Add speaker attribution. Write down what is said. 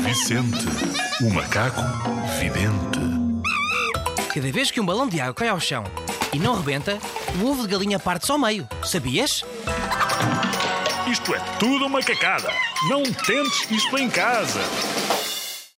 Speaker 1: Vicente, o macaco vidente.
Speaker 2: Cada vez que um balão de água cai ao chão e não rebenta, o ovo de galinha parte-se ao meio. Sabias?
Speaker 3: Isto é tudo uma cacada. Não tentes isto em casa.